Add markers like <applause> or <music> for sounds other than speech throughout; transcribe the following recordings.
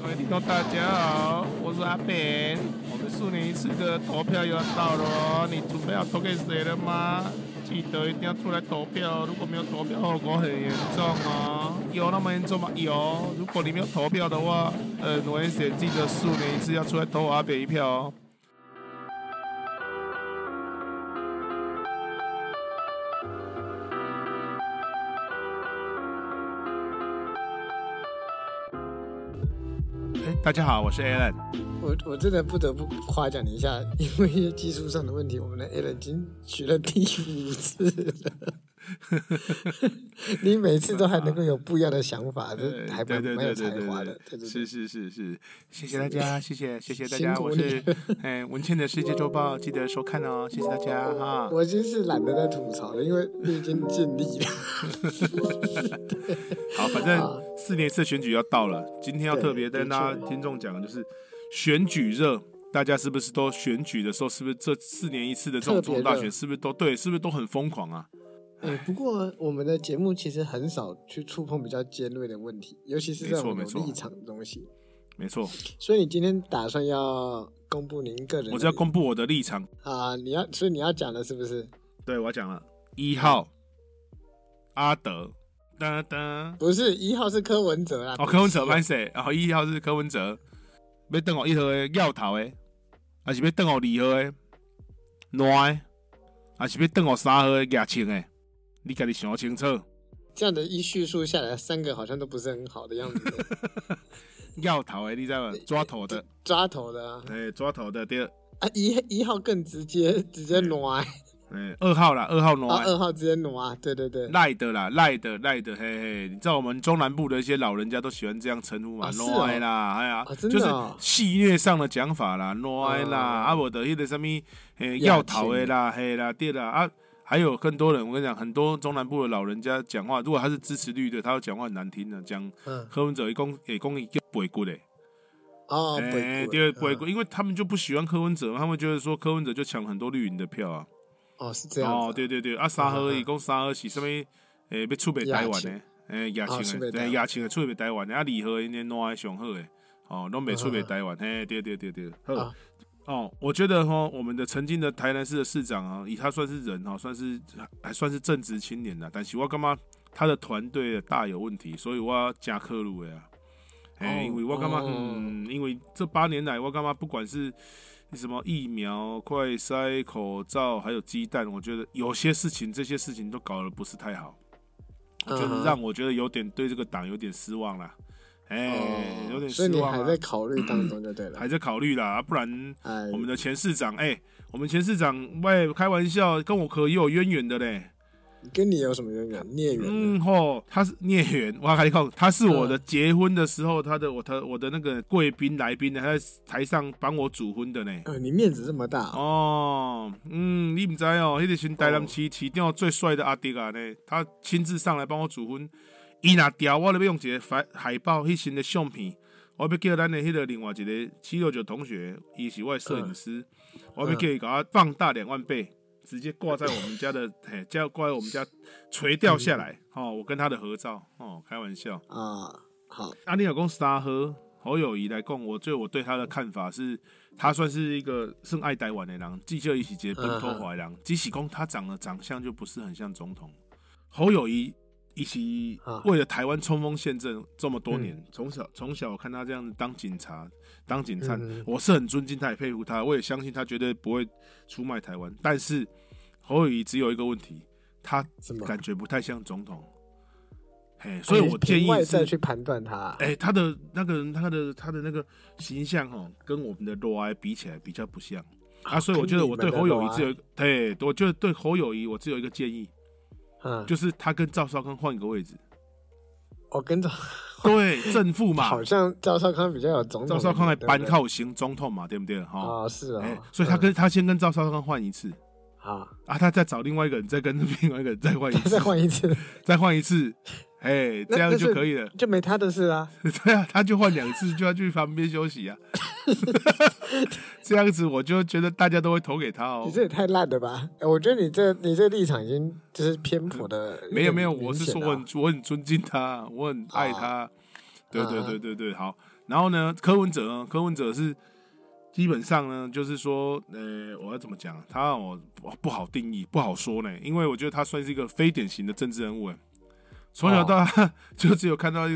位听众大家好，我是阿扁，我们四年一次的投票又要到了哦，你准备要投给谁了吗？记得一定要出来投票哦，如果没有投票，后果很严重哦。有那么严重吗？有，如果你没有投票的话，呃，我也选记得四年一次要出来投我阿扁一票哦。哎，大家好，我是 Alan。我我真的不得不夸奖你一下，因为一些技术上的问题，我们的 Alan 已经取了第五次了。 <laughs> 你每次都还能够有不一样的想法，这还蛮蛮有才华的。对对对，是是是是，谢谢大家，谢谢谢谢大家，辛苦我你是哎文倩的世界周报，记得收看哦，谢谢大家哈。我已经是懒得再吐槽了，因为你已经尽力了。好，反啊正四年一次选举要到了，今天要特别跟大家听众讲的就是选举热，大家是不是都选举的时候，是不是这四年一次的这种特总别统大热选，是不是都对，是不是都很疯狂啊？ <laughs> 哎，不过我们的节目其实很少去触碰比较尖锐的问题，尤其是这种没有错没错立场的东西。没错，所以你今天打算要公布您个人的？我只要公布我的立场，啊，你要，所以你要讲的是不是？对我要讲了，一号阿德，哒哒，不是一号是柯文哲啊哦，啦。柯文哲拍谁？然后一号是柯文哲，要邓我一号的要头的，还是要邓我二号的烂的，还是要邓我三号的牙青的？你家己想清楚。这样的一叙述下来，三个好像都不是很好的样 <laughs> 子。要头的，你知道吗？抓头的，抓头的啊，哎、抓头的第二，啊一一号更直接，直接挪啊，哎、二号啦，二号 <laughs> 挪啊安二号直接挪啊，对对对，赖的啦，赖的赖的，嘿嘿，你知道我们中南部的一些老人家都喜欢这样称呼嘛，啊是挪哦安啦，哎呀啊，真就的是哦戏谑上的讲法啦，挪安啦，哦啊，我的那个什么，嘿，亚要头的啦，嘿啦，对啦，啊。还有更多人，我跟你讲，很多中南部的老人家讲话，如果他是支持绿的，他会讲话很难听的，讲嗯柯文哲一公一公一叫背骨嘞，哦，哎、北对，国不会，因为他们就不喜欢柯文哲，他们觉得说柯文哲就抢很多绿营的票啊。哦是这样子哦啊，，对对对，啊，三嗯号嗯嗯伊讲三号是啥物？诶，要出卖台湾的，诶，亚啊青出的，卖台对，湾亚青的出卖台湾的，啊，二号因咧烂的上好的，哦，拢袂出卖台湾，嘿，对对对对，好啊。哦，我觉得哈，我们的曾经的台南市的市长啊，以他算是人哈，算是还还算是正直青年的，啊但是我感觉他的团队大有问题，所以我要加克鲁的啊。哎、哦因为我感觉，哦嗯，因为这八年来，我感觉不管是什么疫苗、快筛、口罩，还有鸡蛋，我觉得有些事情，这些事情都搞得不是太好，嗯就是让我觉得有点对这个党有点失望啦。哎、哦有点所以失你望、还啊，在考虑当中就对了 <clears throat> 还，在考虑啦，啊不然哎我，们的前市长，哎、我们前市长，喂，开玩笑，跟我可也有渊源的嘞。跟你有什么渊源？孽缘呢？嗯吼，他是孽缘，我跟你讲，他是我的嗯结婚的时候，他的我的我的那个贵宾来宾呢，他在台上帮我煮婚的呢。呃，你面子这么大哦，哦，嗯，你唔知哦，迄个群台南市市长最帅的阿迪啊呢，他亲自上来帮我煮婚，伊若调我咧要用一个海海报，迄新的相片，我要叫咱的迄个另外一个七六九同学，伊是我的摄影师，我要叫伊甲我放大两万倍，直接挂在我们家的，嘿，叫挂在我们家垂掉下来，哦，我跟他的合照，哦，开玩笑。啊，好，阿你老公沙喝侯友谊来讲，我对我对他的看法是，他算是一个甚爱台湾的人，既就一起结奔头怀人，只是讲他长得长相就不是很像总统。侯友谊一起啊为了台湾冲锋陷阵这么多年，从、小从小我看他这样子当警察、当警察，嗯嗯我是很尊敬他，也佩服他，我也相信他绝对不会出卖台湾。但是侯友谊只有一个问题，他什么？感觉不太像总统。嘿，所以你我建凭议外是在去判断他啊，哎、他的那个人，他的他的那个形象哦，跟我们的罗埃比起来比较不像啊，所以我觉得我对侯友谊只有一个，对，我觉得对侯友谊我只有一个建议，嗯，就是他跟赵少康换个 <laughs> 位置，我跟着对，正负嘛好，像赵少康比较有总统赵的脸，少康来搬班靠行总统嘛，对不对？哈、啊，是哎、哦， <laughs> 所以他跟、他先跟赵少康换一次啊，啊，他再找另外一个人，再跟另外一个人再换一 <laughs> 次，再换一次再换一次，哎，这那样那就是可以了。就没他的事啦。 <laughs> 对啊，他就换两次，就要去旁边休息啊。 <laughs> 这样子我就觉得大家都会投给他哦你。这也太烂了吧！哎我觉得你这你这立场已经就是偏颇的、没有没有，点我是明显啊说哦了我很我很尊敬他，我很爱他。对对啊对对对，好。然后呢，柯文哲呢，柯文哲是基本上呢，就是说，呃，我要怎么讲？他让我不好定义，不好说呢，因为我觉得他算是一个非典型的政治人物，哎从哦小到大、 <laughs> 就只有看到，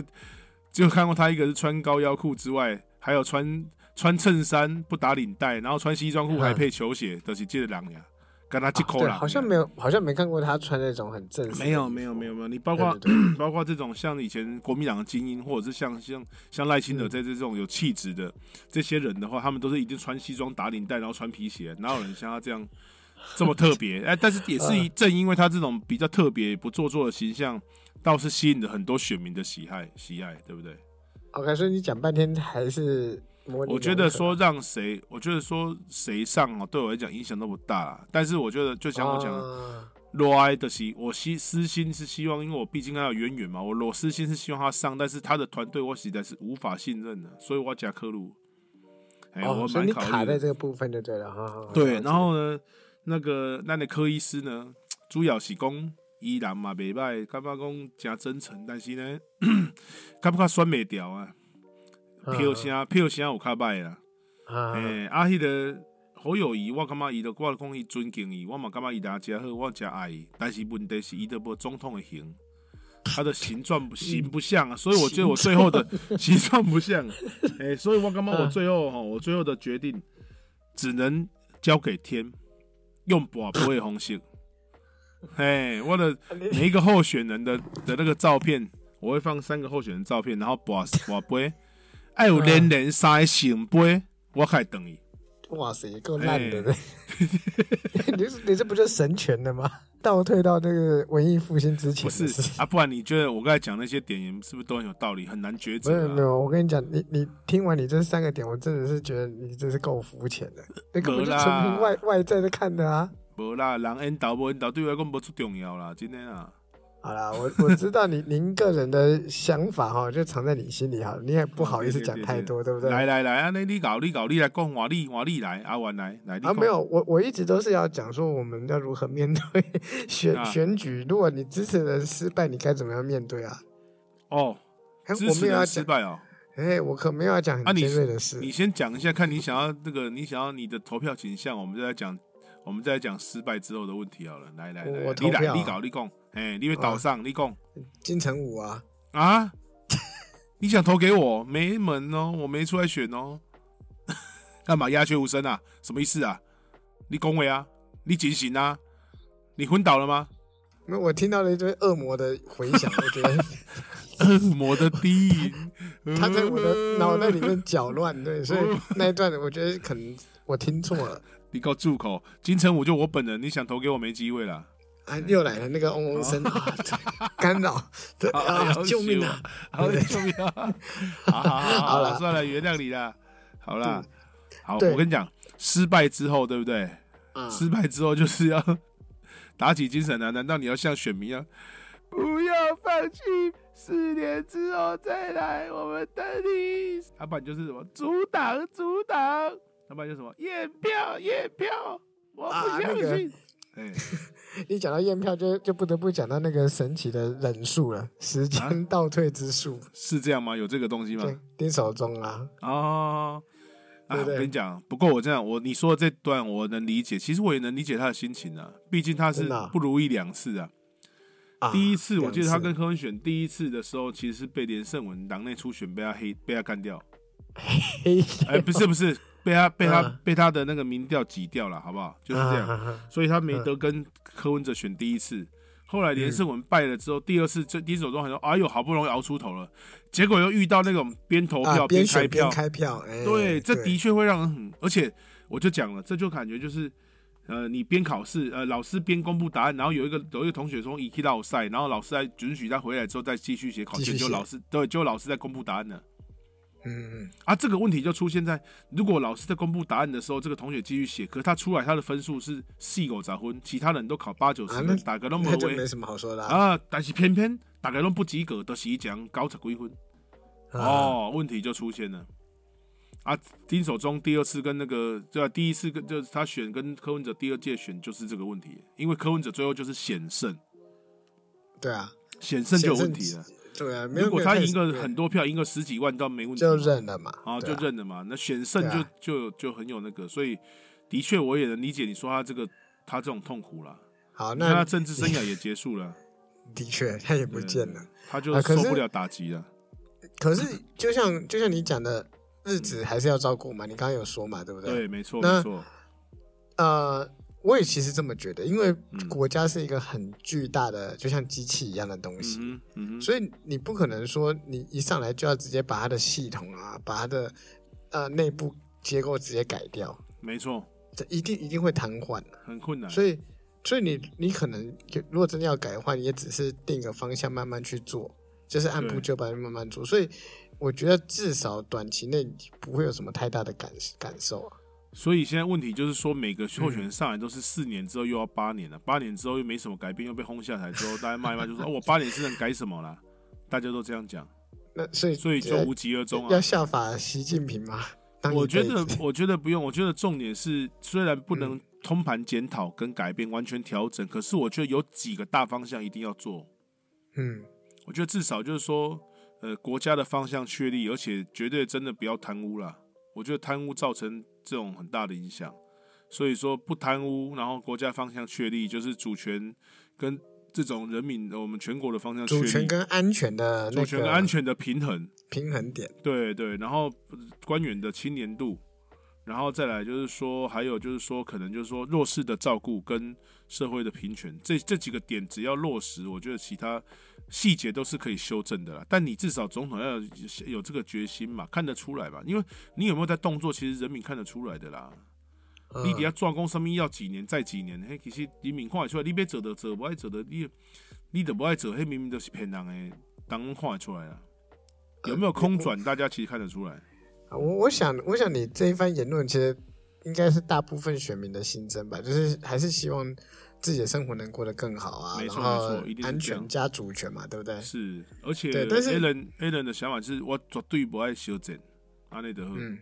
只有看过他一个是穿高腰裤之外，还有穿穿衬衫不打领带，然后穿西装裤还配球鞋，都、是这两呀，跟他这口嗯啊对，狼。好像没有，好像没看过他穿那种很正啊式的没有衣服没有没有没有，你包括对对 <clears throat> 对包括这种像以前国民党的精英，或者是像像像赖清德在这种有气质的这些人的话，他们都是一定穿西装打领带，然后穿皮鞋，哪有人像他这样这么特别？哎，但是也是一正因为他这种比较特别不做作的形象，倒是吸引了很多选民的喜爱喜爱，对不对？ OK，所以你讲半天还是模棱我觉得两可说让谁，我觉得说谁上哦，对我来讲影响都不大啦。但是我觉得就像我讲的，啊罗埃的希，我希私心是希望，因为我毕竟跟他有渊源嘛，我罗私心是希望他上，但是他的团队我实在是无法信任的，所以我要加科鲁。哎、哦，我所蛮以你考卡虑在的。这个部分就对了，哈哈。对，了解然后呢，那个那的科医师呢，主要是讲伊人嘛袂歹，感觉讲诚真诚，但是呢， <coughs> 感觉选袂掉啊，嗯票，声票声有较歹啦。啊啊诶、啊，迄、个侯友谊，我感觉伊都我讲伊尊敬伊，我嘛感觉伊人真好，我真爱伊。但是问题是，伊都无总统的形，他的形状不形不像啊，所以我觉得我最后的 <laughs> 形状嗯不像。啊诶、所以我感觉我最后吼，我最后的决定只能交给天，用跋杯的方式。 <laughs> 嘿，我的每一个候选人的的那个照片，我会放三个候选人照片，然后跋跋杯，爱有连连三个圣杯，我开等伊。哇塞，够烂的哎呢！ <laughs> 你这你这不就是神权的吗？倒退到那个文艺复兴之前不的事是情，啊，不然你觉得我刚才讲那些点，是不是都很有道理，很难抉没有择、没啊？有，我跟你讲，你你听完你这三个点，我真的是觉得你真是够肤浅的，那根本就没啦纯凭外外在在看的啊。无啦，人引导无引导，对我来讲无出重要啦，真的啊。好啦，我 <laughs> 我知道你您个人的想法哈，就藏在你心里哈，你也不好意思讲太多，对不对？来来来，啊，那你搞你搞你来讲，我你我你来，阿完来来，你啊，讲没有，我我一直都是要讲说我们要如何面对选、 <laughs> 啊选举。如果你支持人失败，你该怎么样面对啊？哦，哎，支我持没有要人失讲，败哦。哎，我可没有要讲啊很你尖锐的事。你先讲一下，看你想要那个，你想要你的投票倾向，我们再来讲，我们再来讲失败之后的问题好了。来来我来我，你投来票啊你搞你讲，哎，你会岛上你讲金城武啊，啊？ <laughs> 你想投给我？没门哦，我没出来选哦。 <laughs> 干嘛鸦雀无声啊？什么意思啊？你恭维啊？你警醒啊？你昏倒了吗？ <laughs> 那我听到了一堆恶魔的回响，我觉得恶魔的低音， <laughs> 他在我嗯的脑袋里面搅乱，对，所以那一段我觉得可能我听错 <laughs> 了。 <laughs> 你给我住口！金城武就我本人，你想投给我没机会了。啊，又来了那个嗡嗡声哦 <laughs> 啊，干扰，对 <laughs> 啊，救命啊！！ <laughs> 好对救命 <laughs> 啊！好好好好了，算了，原谅你了。好啦，好，对我跟你讲，失败之后，对不对？啊，失败之后就是要打起精神来。啊难道你要像选民一样，不要放弃？四年之后再来，我们等你。要不然就是什么阻挡阻挡，要不然就是什么验票验票，我啊不那相个信。哎、一讲到验票就就不得不讲到那个神奇的忍术了，时间啊倒退之术，是这样吗？有这个东西吗？对，丁守中啊，哦，啊，对我不对跟你讲，不过我这样，我你说的这段我能理解，其实我也能理解他的心情啊，毕竟他是真的啊不如意两次啊。啊第一次我记得他跟两柯文选第一次的时候，其实是被连胜文党内初选被他黑被他干 <laughs> 掉，次黑哎、不是不是，被他被他、嗯被他的那个民调挤掉了，好不好？ <laughs> 就是这样，样，所以他没得跟柯文哲选第一次。后来连胜文败了之后，第二次这第一手中好像哎呦好不容易熬出头了，结果又遇到那种边投票、啊，边开选票边、开票，哎，对，这的确会让人很，而且我就讲了，这就感觉就是，呃，你边考试，呃，老师边公布答案，然后有一个有一个同学说一 k 到赛，然后老师再准许他回来之后再继续写考继卷，续就写老师对，就老师在公布答案了。嗯，嗯啊，这个问题就出现在如果老师在公布答案的时候，这个同学继续写，可他出来他的分数是四狗杂分，其他人都考八九十啊分，那打个都嗯，没那就位没什么好说的啊，啊，但是偏偏大家都不及格，都、就是一讲高十几分。啊，哦，问题就出现了。啊，丁守中第二次跟那个，对啊，第一次跟就是他选跟柯文哲第二届选就是这个问题，因为柯文哲最后就是险胜，对啊，险胜就有险胜问题了。对啊，没有如果没有他太赢个对很多票，赢个十几万倒没问题嘛，就认了嘛，啊，对就认了嘛。那选胜对就啊就就很有那个，所以的确我也能理解你说他这个他这种痛苦啦。啊好，那他那政治生涯也结束 <laughs> 了，的确他也不对见了。，他就啊可受是不了打击了。可是就像就像你讲的，日子还是要照顾嘛，你刚刚有说嘛，对不对？对，没错，那没错，呃，我也其实这么觉得，因为国家是一个很巨大的，就像机器一样的东西，嗯哼，嗯哼，所以你不可能说你一上来就要直接把它的系统啊，把它的呃内部结构直接改掉，没错，这一定一定会瘫痪的很困难。所以，所以你你可能也如果真的要改的话，你也只是定个方向慢慢去做，就是按部对就班慢慢做。所以，我觉得至少短期内不会有什么太大的感感受啊。所以现在问题就是说，每个候嗯选人上来都是四年之后又要八年了，八年之后又没什么改变，又被轰下台之后，大家骂一骂就 <laughs> 说：“哦，我八年是能改什么啦？”大家都这样讲，那所以，所以就无疾而终要啊。效法习近平吗？当一我觉辈得子，我觉得不用。我觉得重点是，虽然不嗯能通盘检讨跟改变、完全调整，可是我觉得有几个大方向一定要做。嗯，我觉得至少就是说，呃，国家的方向确立，而且绝对真的不要贪污啦。我觉得贪污造成这种很大的影响，所以说不贪污，然后国家方向确立，就是主权跟这种人民呃我们全国的方向确主权立，跟安全的那主权跟安个全的平衡，平衡点，对对，然后呃官员的清廉度，然后再来就是说，还有就是说，可能就是说弱势的照顾跟社会的平权，这这几个点只要落实，我觉得其他细节都是可以修正的啦。但你至少总统要有有这个决心嘛，看得出来吧？因为你有没有在动作，其实人民看得出来的啦。你底嗯下做工上面要几年再几年，嘿，其实人民看得出来，你要做的做，不爱做的你你都不爱做，嘿，明明都是骗人的，当然看得出来啦。啊有没有空转，大家其实看得出来。啊我我想，我想你这一番言论其实应该是大部分选民的心声吧，就是还是希望自己的生活能过得更好啊，没然错后没错一定是安这样全加主权嘛，对不 <laughs> 对？是，而且对但是 Alan Alan 的想法是我绝对不爱啊修正，阿内德赫，嗯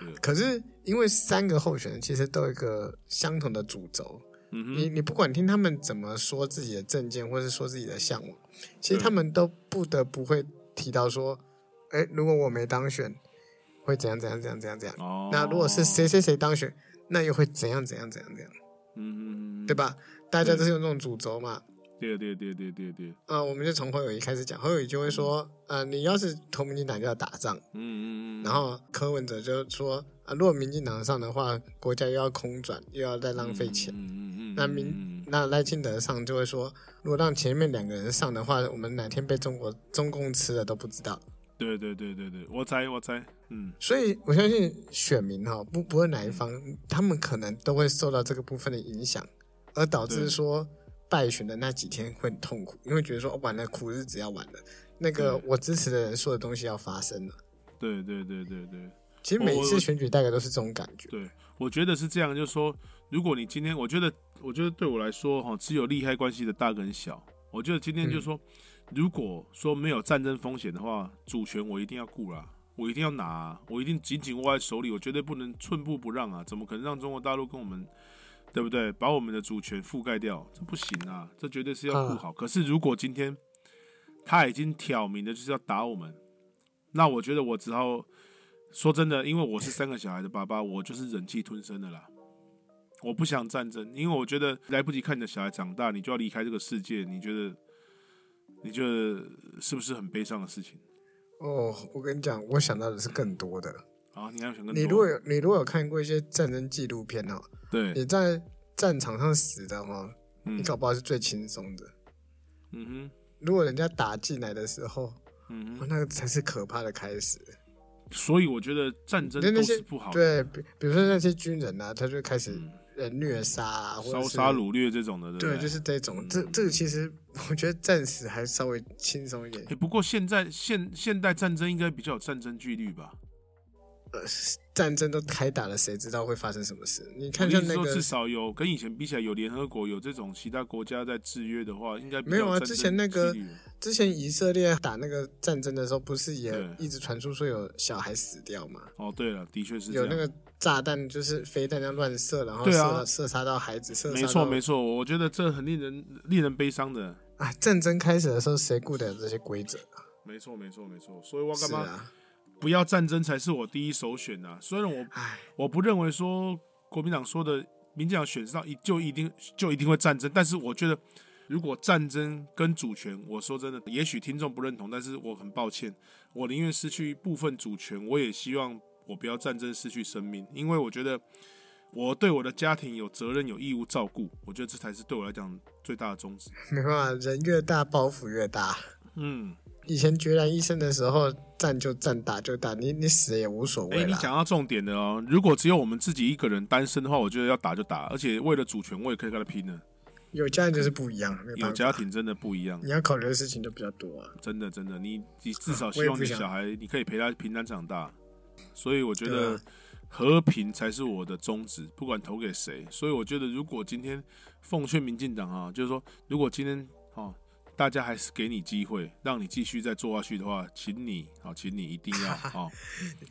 对可是因为三个候选人其实都有一个相同的主轴，嗯哼，你你不管听他们怎么说自己的政见，或是说自己的向往，其实对他们都不得不会提到说，哎，如果我没当选，会怎样怎样怎样怎样怎样。哦，那如果是谁，谁谁当选，那又会怎样怎样怎样怎样，嗯嗯嗯，对对吧？大家都是用这种主轴嘛。对对对对对对，啊、我们就从侯友谊开始讲，侯友谊就会说，呃，你要是投民进党就要打仗，嗯嗯嗯，然后柯文哲就说，啊、如果民进党上的话，国家又要空转，又要再浪费钱。嗯嗯嗯，那嗯民嗯那赖清德上就会说，如果让前面两个人上的话，我们哪天被中国中共吃了都不知道。对对对对对，我猜我猜，嗯，所以我相信选民哈、不不论哪一方，他们可能都会受到这个部分的影响，而导对致说败选的那几天会很痛苦，因为觉得说、哦、完了苦日子要完了，那个对我支持的人说的东西要发生了。对对对对对其实我每我次选举大概都是这种感觉，对，我觉得是这样，就是说，如果你今天，我觉得我觉得对我来说哈，只有利害关系的大跟小，我觉得今天就是说，如果说没有战争风险的话，主权我一定要顾啦，我一定要拿啊、我一定紧紧握在手里，我绝对不能寸步不让啊！怎么可能让中国大陆跟我们，对不对？把我们的主权覆盖掉，这不行啊！这绝对是要顾好。可是如果今天他已经挑明的就是要打我们，那我觉得我只好说真的，因为我是三个小孩的爸爸，我就是忍气吞声的啦。我不想战争，因为我觉得来不及看你的小孩长大，你就要离开这个世界，你觉得你觉得是不是很悲伤的事情哦，我跟你讲，我想到的是更多的。啊？你还有想跟你如果有你如果有看过一些战争纪录片哦，对，你在战场上死的哦，你嗯搞不好是最轻松的。嗯如果人家打进来的时候，哼嗯哇哼，那个才是可怕的开始。所以我觉得战争那那都些是不好的，嗯对，比比如说那些军人啊，他就开始呃虐杀啊，或烧者是杀，掳掠这种的，对嗯对，不就是这种。这这个其实我觉得战死还稍微轻松一点诶。不过现在现现代战争应该比较有战争纪律吧？战争都开打了，谁知道会发生什么事？你看我的像意思那说，个至少有跟以前比起来，有联合国有这种其他国家在制约的话，应该比较没有战啊争之前那个几率之前以色列打那个战争的时候，不是也对一直传出说有小孩死掉吗？哦，对了，的确是这有样那。个炸弹就是飞弹这样乱射，然后对射、啊射杀到孩子，射杀没错，到没错，我觉得这很令人令人悲伤的。啊！战争开始的时候，谁顾得了这些规则？没错，没错，没错。所以我干是嘛啊，不要战争才是我第一首选啊？虽然我唉，我不认为说国民党说的民进党选上一就一定就一定会战争，但是我觉得如果战争跟主权，我说真的，也许听众不认同，但是我很抱歉，我宁愿失去部分主权，我也希望我不要战争失去生命，因为我觉得我对我的家庭有责任有义务照顾，我觉得这才是对我来讲最大的宗旨。没办法，人越大包袱越大。嗯，以前决然医生的时候，战就战，打就打，你你死也无所哎、谓你啦。讲到重点的哦，如果只有我们自己一个人单身的话，我觉得要打就打，而且为了主权，我也可以跟他拼了。有家人就是不一样，没有有办法。家庭真的不一样。你要考虑的事情就比较多啊。真的真的，你你至少我希也望不你想小孩你可以陪他平安长大，所以我觉得对啊和平才是我的宗旨，不管投给谁。所以我觉得，如果今天奉劝民进党啊，就是说，如果今天哦，大家还是给你机会，让你继续再做下去的话，请你哦，请你一定 <laughs> 要哦，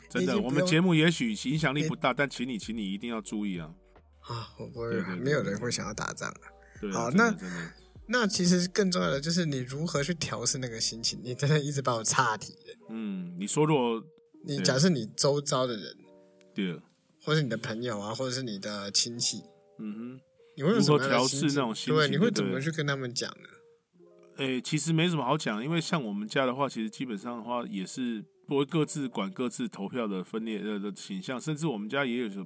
真已的，经我不们用节目也许影响力不大，但请你，请你一定要注意啊。啊，我不会，对对对没有人会想要打仗啊。对啊，好真的那真的，那其实更重要的就是你如何去调试那个心情。你真的一直把我岔题了。嗯，你说如果你对假设你周遭的人，对了，或是你的朋友啊，或者是你的亲戚，嗯哼。你会有什么样的如何调心情试那种心情对，你会对怎不对么去跟他们讲呢？诶、其实没什么好讲，因为像我们家的话，其实基本上的话也是不会各自管各自投票的分裂呃的倾向，甚至我们家也有什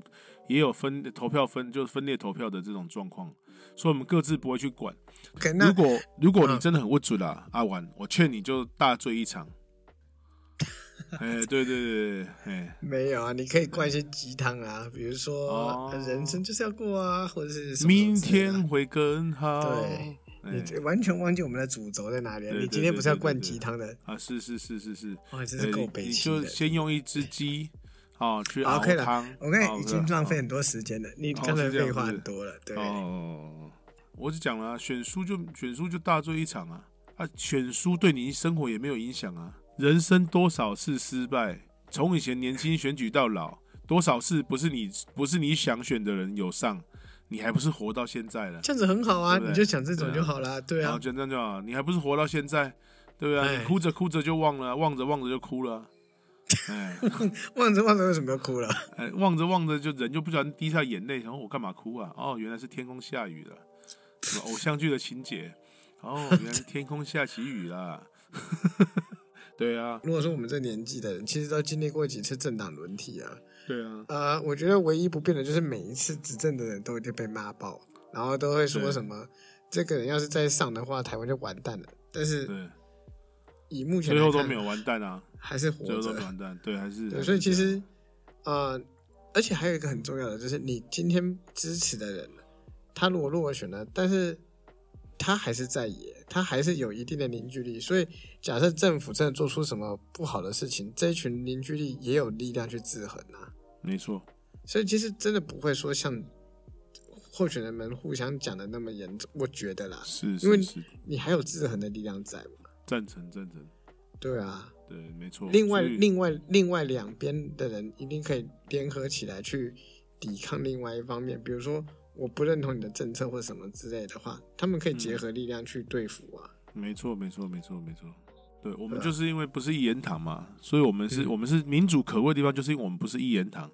也有分投票分就是分裂投票的这种状况，所以我们各自不会去管。 OK，那如果如果你嗯真的很不准啦，阿玩，我劝你就大醉一场。哎、对对对对，哎、没有啊，你可以灌一些鸡汤啊，比如说、哦呃人生就是要过啊，或者 <laughs> 是什么明之类的啊天会更好。对哎你完全忘记我们的主轴在哪里了。对你对今天对不是要对对灌对鸡汤的？啊，是是是是是，哇，真哎是够你悲你情就的。先用一只鸡，哦，去啊熬，OK 了汤。 OK，哦已经是浪哦费很多时间了。你哦刚才是这样废话是很多了，对。哦，我只讲了啊、选书就选书就大醉一场啊！啊，选书对你生活也没有影响啊！人生多少次失败，从以前年轻选举到老，多少次不是你不是你想选的人有上，你还不是活到现在了？这样子很好啊，对不对你就讲这种对啊就好啦。对然啊后，就这样就好，你还不是活到现在，对不对、哎你哭着哭着就忘了，忘着忘着就哭了，哎望着望着为什么要哭了？哎，望着望着就人就不小心滴下眼泪，然后我干嘛哭啊？哦，原来是天空下雨了，什么偶像剧的情节。 <laughs> 哦，原来是天空下起雨啦。 <laughs> 对啊，如果说我们这年纪的人，其实都经历过几次政党轮替啊。对啊，呃，我觉得唯一不变的就是每一次执政的人都一定被骂爆，然后都会说对什么这个人要是再上的话，台湾就完蛋了。但是对，以目前最来看后都没有完蛋啊，还是活最后都没有着。完蛋，对，还是。对，所以其还是实呃，而且还有一个很重要的就是，你今天支持的人，他如果落选了，但是他还是在野，他还是有一定的凝聚力。所以假设政府真的做出什么不好的事情，这一群凝聚力也有力量去制衡这啊。样没错，所以其实真的不会说像候选人们互相讲的那么严重，我觉得啦，是因为是是，你还有制衡的力量在嘛？赞成赞成，对啊，对，没错。另外所以另外另外两边的人一定可以联合起来去抵抗另外一方面，比如说我不认同你的政策或什么之类的话，他们可以结合力量去对付啊。没错，没错，没错，没错。对我们对啊嗯就是因为不是一言堂嘛，所以我们是、我们是民主可贵的地方，就是因为我们不是一言堂。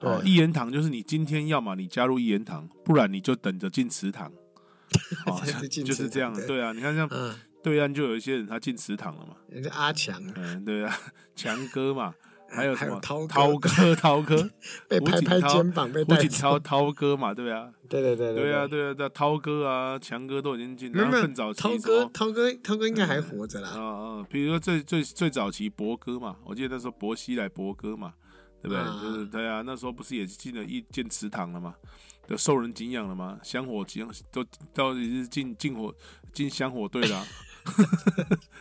哦，对，一言堂就是你今天要么你加入一言堂，不然你就等着进祠堂。哦就是进就是祠这样堂，对对啊，你看像嗯，对岸就有一些人他进祠堂了嘛，人家阿强嗯，对啊， <laughs> 强哥嘛，还有什还有么涛哥涛哥、涛哥、被胡拍锦拍涛肩膀被胡 <laughs> 带锦走涛、，涛哥嘛，对啊， <laughs> 对对对对啊，对。对啊，对啊，涛哥啊，强哥都已经进，没有然没后有更早，期涛什哥么，涛哥，涛哥应该还活着啦。啊啊，比如说最最最早期博哥嘛，我记得那时候薄熙来博哥嘛，对不对？啊就是对啊，那时候不是也进了一间祠堂了嘛，都受人敬仰了嘛，香火敬都到底是进进火进香火队 <laughs> 了啊、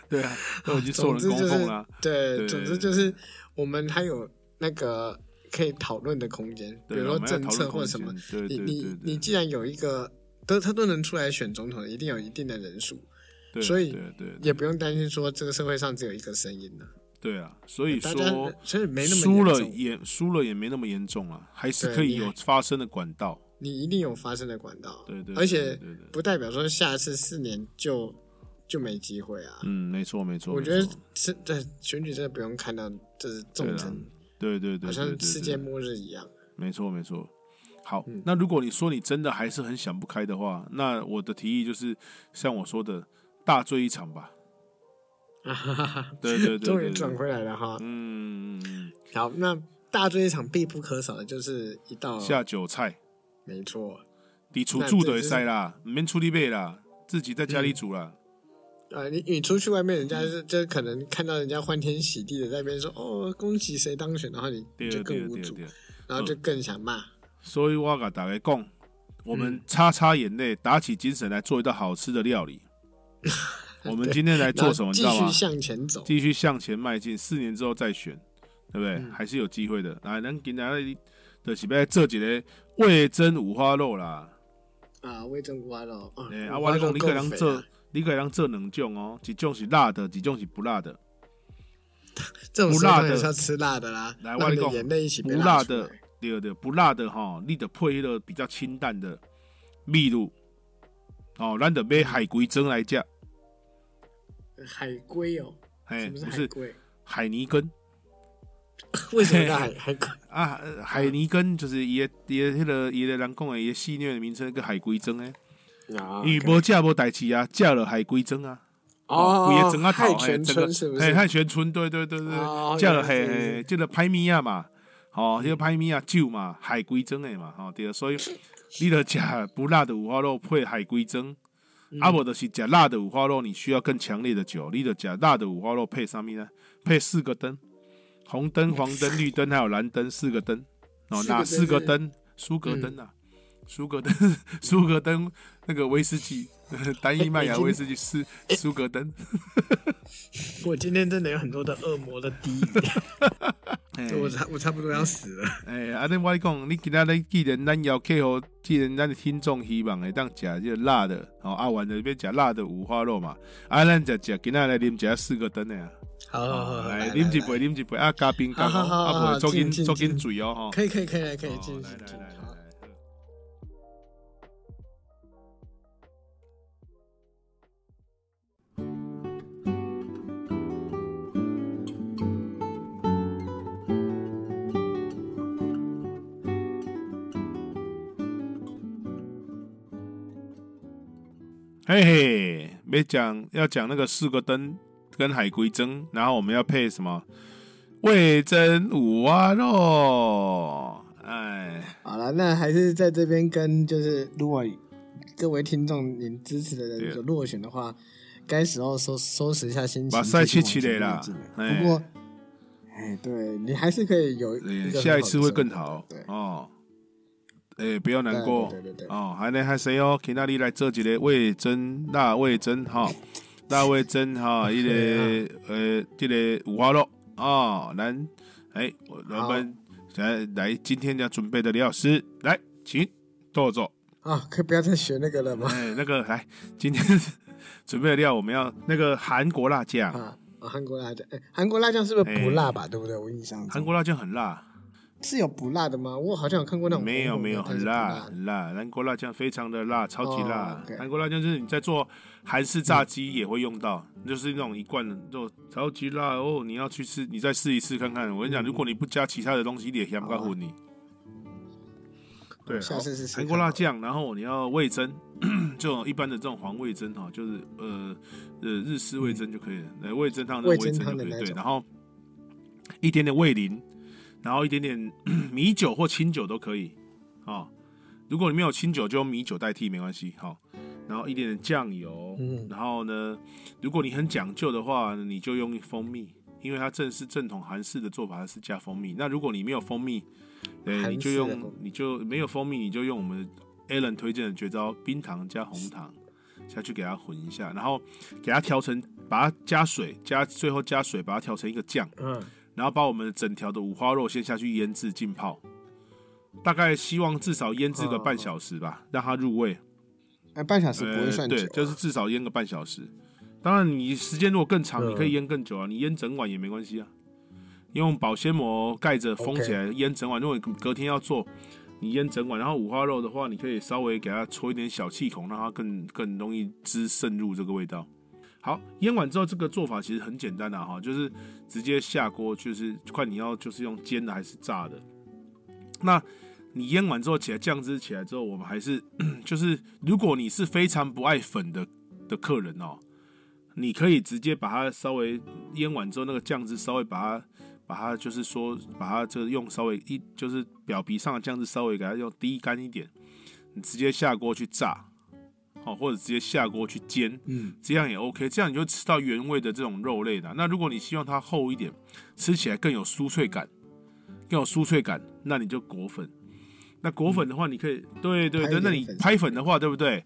对啊，都已经受总人之供就是奉了啊、对，对总之就是我们还有那个可以讨论的空间，比对啊如我说们要政讨策论或空什么。间对你对你对你对既然有一个都他都能出来选总统，一定有一定的人数，对，所以对对也不用担心说这个社会上只有一个声音了。对啊，所以大家说所以没那么输严了重也输了也没那么严重啊，还是对可以你还有发生的管道。你一定有发声的管道。对对，而对且对对，不代表说下次四年就就没机会啊。嗯，没错没错，我没觉得错是这选举真的不用看到就是对重啊成，对对对，好对像对世对界嗯末日一样。没错，没错。好，那如果你说你真的还是很想不开的话，那我的提议就是像我说的，大醉一场 <laughs> 吧。啊哈哈哈！对对对对终对于转回来了哈。嗯，嗯好，那大醉一场必不可少的就是一道嗯，下酒菜，没错，你出住的塞啦，免出力备啦，自己在家里煮啦。呃，你你出去外面，人家是就可能看到人家欢天喜地的在那边说哦恭喜谁当选，然后你对你就对对更无对嗯助，对。然后就更想骂。所以我跟大家讲，我嗯们擦擦眼泪，打起精神来做一道好吃的料 <laughs> 理。我们今天来然做后什么？你继知道吗续？向前走。继续向前迈进，四年之后再选，对不对？嗯还是有机会的。来，咱今天就是要做一个味增五花肉啦。啊，味增五花肉，啊诶、啊，五我花跟你讲，你肉够可肥能啊做，你可能做两种哦，一种是辣的，一种是不辣的。这种不时辣候的当然是要吃辣的啦，来我让跟你你的讲眼泪一起不被辣出的来。，对对，不辣的吼，你得配迄个比较清淡的秘鲁。哦，咱得买海龟蒸来吃，海龟哦，嘿，什哎么是不海是龟？海泥根为什么 <laughs> 叫海海龟？啊，呃海嗯泥根就是伊个伊个迄个伊个人讲的伊个戏虐的名称，叫海龟蒸诶。 <laughs> 啊因为无食无代志啊，食了海龟蒸啊，哦，规个整啊海头嘿，泉整个哎村是不嘿是？汉泉村，对对对对哦，食了原来嘿是嘿，即个歹物啊嘛，吼，迄个歹物啊酒嘛，海龟蒸诶嘛，吼，对，所以你着食不辣的五花肉配海龟蒸，嗯啊无着是食辣的五花肉，你需要更强烈的酒，你着食辣的五花肉配啥物呢？配四个灯，红灯、黄灯、绿灯还有蓝灯，四个灯，哦，嗯四个哪灯四个是嗯灯？苏格登啊，苏格登， <laughs> 苏格登那个威士忌， <laughs> 单一麦芽威士忌是苏格登。 <laughs> 我今天真的有很多的恶魔的低语， <laughs> 哎我差我差不多要死了。 <laughs> 哎，啊，你我跟你讲，你今仔日既然咱要客户，既然咱的听众希望会当食这个辣的，哦，啊，完了要食辣的五花肉嘛，啊，咱食食，今仔来啉食四个灯的啊，好好好，来哦来啉一来杯，啉一杯，啊，加冰加好红，好好啊，好无做紧进进做紧进醉哦，吼，可以可以可以来可以哦进行来进来来行。好来来。嗯嘿嘿，没讲要讲那个四个灯跟海龟蒸，然后我们要配什么味增五花肉，哎，好了，那还是在这边跟就是如果各位听众您支持的人有落选的话，该时候收收拾一下心情，把赛继期续起往来前啦迈进。哎不过，哎，对你还是可以有一个下一次会更很好好的生活对，哦。哎，不要难过对对对对哦。还能还谁哦？给那里来做一个味增辣味增哈，辣味增哈， <laughs> 啊一个呃，这个五花肉哦。咱哎，我我们来来，今天要准备的李老师来，请坐坐。啊，可以不要再学那个了 <laughs> 吗？哎，那个来，今天 <laughs> 准备的料我们要那个韩国辣酱，啊。啊韩国辣酱，哎，韩国辣酱是不是不辣吧？对不对？我印象中韩国辣酱很辣。是有不辣的吗？我好像有看过那种没有红红的没有，但很是不辣辣的。很辣，韩国辣酱非常的辣，超级辣哦。，OK 韩国辣酱就是你在做韩式炸鸡也会用到，就是那种一罐的，就超级辣哦。你要去吃，你再试一次看看。我跟你讲，嗯如果你不加其他的东西，你也香不糊你。对，哦下次试试韩看国辣酱，然后你要味增， <coughs> 这种一般的这种黄味增哈，就是呃呃日式味增就可以了，呃味增汤的味味增增汤就可的以，那对，种然后一点点味淋，然后一点点 <coughs> 米酒或清酒都可以哦。如果你没有清酒，就用米酒代替没关系，好、然后一点点酱油，嗯然后呢，如果你很讲究的话，你就用蜂蜜，因为它正是正统韩式的做法是加蜂蜜。那如果你没有蜂蜜，对，韩你就式的蜂用你就没有蜂蜜，你就用我们 Alan 推荐的绝招冰糖加红糖下去给它混一下，然后给它调成，把它加水加最后加水把它调成一个酱，嗯，然然后把我们整条的五花肉先下去腌制浸泡，大概希望至少腌制个半小时吧，让它入味。哎，半小时不会呃，算久对，啊，就是至少腌个半小时。当然，你时间如果更长，嗯你可以腌更久啊，你腌整晚也没关系啊。用保鲜膜盖着封起来腌整晚。如果你隔天要做，你腌整晚。然后五花肉的话，你可以稍微给它戳一点小气孔，让它更更容易滋渗入这个味道。好，腌完之后，这个做法其实很简单的、啊、哈，就是直接下锅，就是看你要就是用煎的还是炸的。那你腌完之后起来酱汁起来之后，我们还是 <clears throat> 就是如果你是非常不爱粉的的客人哦，你可以直接把它稍微腌完之后那个酱汁稍微把它把它就是说把它这个用稍微一就是表皮上的酱汁稍微给它用滴干一点，你直接下锅去炸，哦或者直接下锅去煎，嗯，这样也 OK，这样你就吃到原味的这种肉类的。那如果你希望它厚一点，吃起来更有酥脆感，更有酥脆感，那你就裹粉。那裹粉的话，你可以对对拍一对，点那你粉拍粉的话，对不对？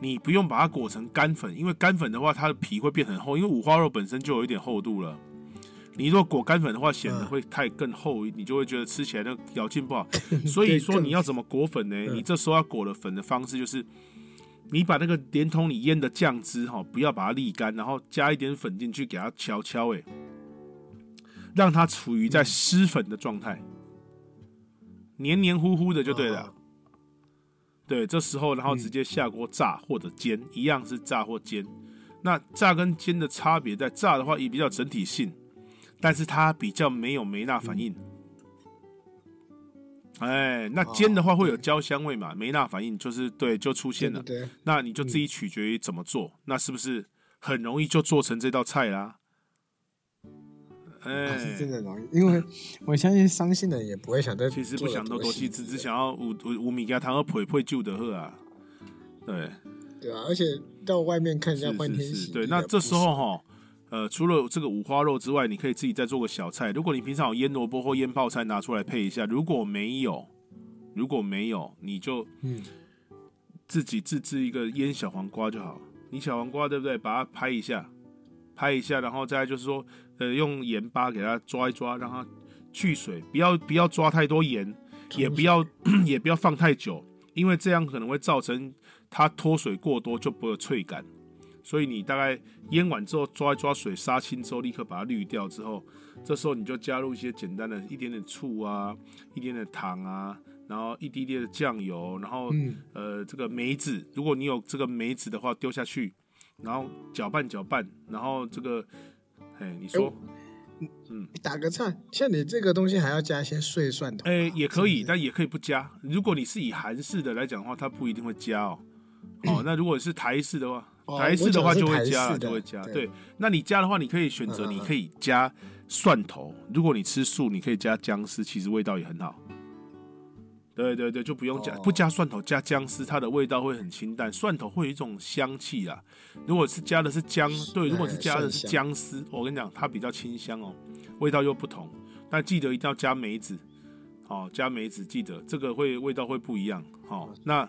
你不用把它裹成干粉，因为干粉的话，它的皮会变很厚，因为五花肉本身就有一点厚度了。你如果裹干粉的话，显得嗯会太更厚，你就会觉得吃起来那个咬劲 <laughs> 不好。所以说更你要怎么裹粉呢？嗯你这时候要裹的粉的方式就是，你把那个连同你腌的酱汁哈、不要把它沥干，然后加一点粉进去给它敲敲，哎，让它处于在湿粉的状态，黏黏糊糊的就对了。哦嗯对，这时候然后直接下锅炸或者煎，一样是炸或煎。那炸跟煎的差别在炸的话也比较整体性，但是它比较没有梅纳反应。哎，那哦煎的话会有焦香味嘛？梅纳反应就是对，就出对现不了。对？那你就自己取决于怎么做，那是不是很容易就做成这道菜啦？啊是哎， <laughs> 真的容易，因为我相信伤心的也不会想到，其实不想多多多西，细只致只想要五五五米给他糖和配配旧的喝啊。对，对啊，而且到外面看人家欢是天是喜是，地对。的那这时候哈，呃，除了这个五花肉之外，你可以自己再做个小菜。如果你平常有腌萝卜或腌泡菜，拿出来配一下。如果没有，如果没有，你就嗯自己自制一个腌小黄瓜就好。你小黄瓜对不对？把它拍一下，拍一下，然后再来就是说，呃，用盐巴给它抓一抓，让它去水，不要不要抓太多盐，也不要 <coughs> 也不要放太久，因为这样可能会造成它脱水过多就不会有脆感。所以你大概腌完之后抓一抓水，杀青之后立刻把它滤掉之后，这时候你就加入一些简单的一点点醋啊，一点点糖啊，然后一滴滴的酱油，然后、嗯呃这个梅子，如果你有这个梅子的话丢下去，然后搅拌搅拌，然后这个哎你说。打个岔，像你这个东西还要加一些碎蒜头吧，诶、哎也可以，是不是但也可以不加。如果你是以韩式的来讲的话，它不一定会加哦。 <clears throat> 哦，那如果是台式的话，哦台式的话我讲是就会加台了，式的就会加。对对，那你加的话，你可以选择，嗯嗯嗯你可以加蒜头。如果你吃素，你可以加姜丝，其实味道也很好。对对对，就不用加，哦不加蒜头，加姜丝，它的味道会很清淡。蒜头会有一种香气啊。如果是加的是姜，对，如果是加的是蒜香姜丝，我跟你讲，它比较清香哦，味道又不同。但记得一定要加梅子，哦，加梅子，记得这个会味道会不一样。哦，那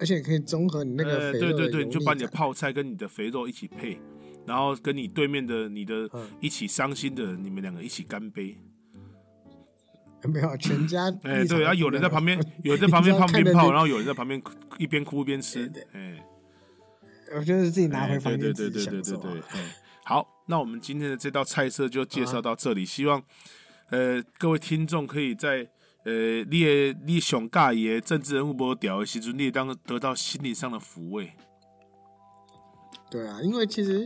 而且可以综合你那个呃，肥对肉的对对，油你就把腻你的感泡菜跟你的肥肉一起配，然后跟你对面的你的嗯一起伤心的人，你们两个一起干杯。没有全家立场 <laughs> 哎，对，都啊，不有人一在样旁边，有 <laughs> 人在旁边你知道放看鞭着炮，你然后有人在旁边一边哭一边吃对。哎，我就是自己拿哎回房对间对自己对对享对受对对啊。。嗯好，那我们今天的这道菜色就介绍到这里，希望呃各位听众可以在呃你的你想尬爷政治人物无屌的时阵，你当得到心灵上的抚慰。对啊，因为其实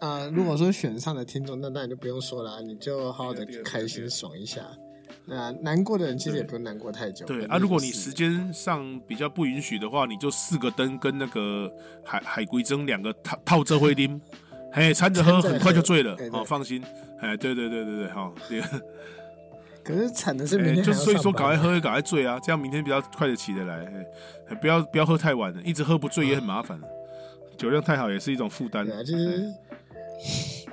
啊、呃如果说选上的听众，那当然就不用说了啊，你就好好的嗯对啊对啊开对啊心爽一下。那难过的人其实也不用难过太久。对啊，反正如果就你是时间上比较不允许的话，你就四个灯跟那个海海龟蒸两个套套这 <laughs> 会拎，嘿，掺着喝掺着喝很快就醉了对，对哦，放心，哎，对对对对对，好，对，可是惨的是明哎，天还就要是所以说上赶班快喝，赶快醉啊，这样明天比较快的起得来，哎哎，不要不要喝太晚了，一直喝不醉也很麻烦，酒量太好也是一种负担嗯对，啊，就是。哎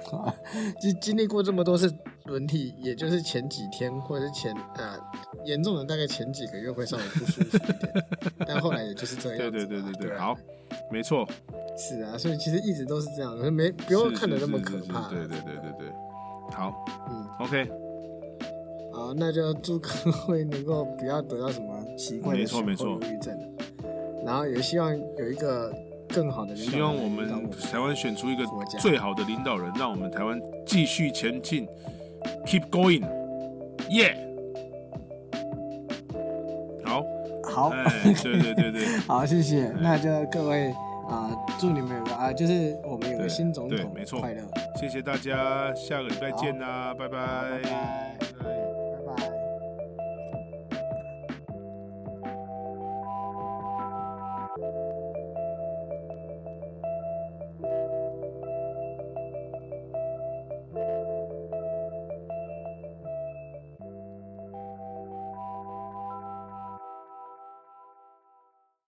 <laughs> 就经历过这么多次轮替，也就是前几天或者是前啊严重的大概前几个月会稍微不舒服一点，但后来也就是这样子对啦。对对对对，啊好，没错，是啊，所以其实一直都是这样，没不不要看得那么可怕。啊对对对对对，好嗯， ，OK，好，那就祝各位能够不要得到什么奇怪没的错小没错后忧郁症，然后也希望有一个更好的领导希望人我来领们导台湾选出一个国家最好的领导人，让我们台湾继续前进，keep going，yeah。好，我好、哎，对对对对，好，谢哎谢，那就各位啊、祝你们有个啊、就是我们对有个新总对统没错快乐，谢谢大家，下个礼拜见啦，拜啊拜拜拜。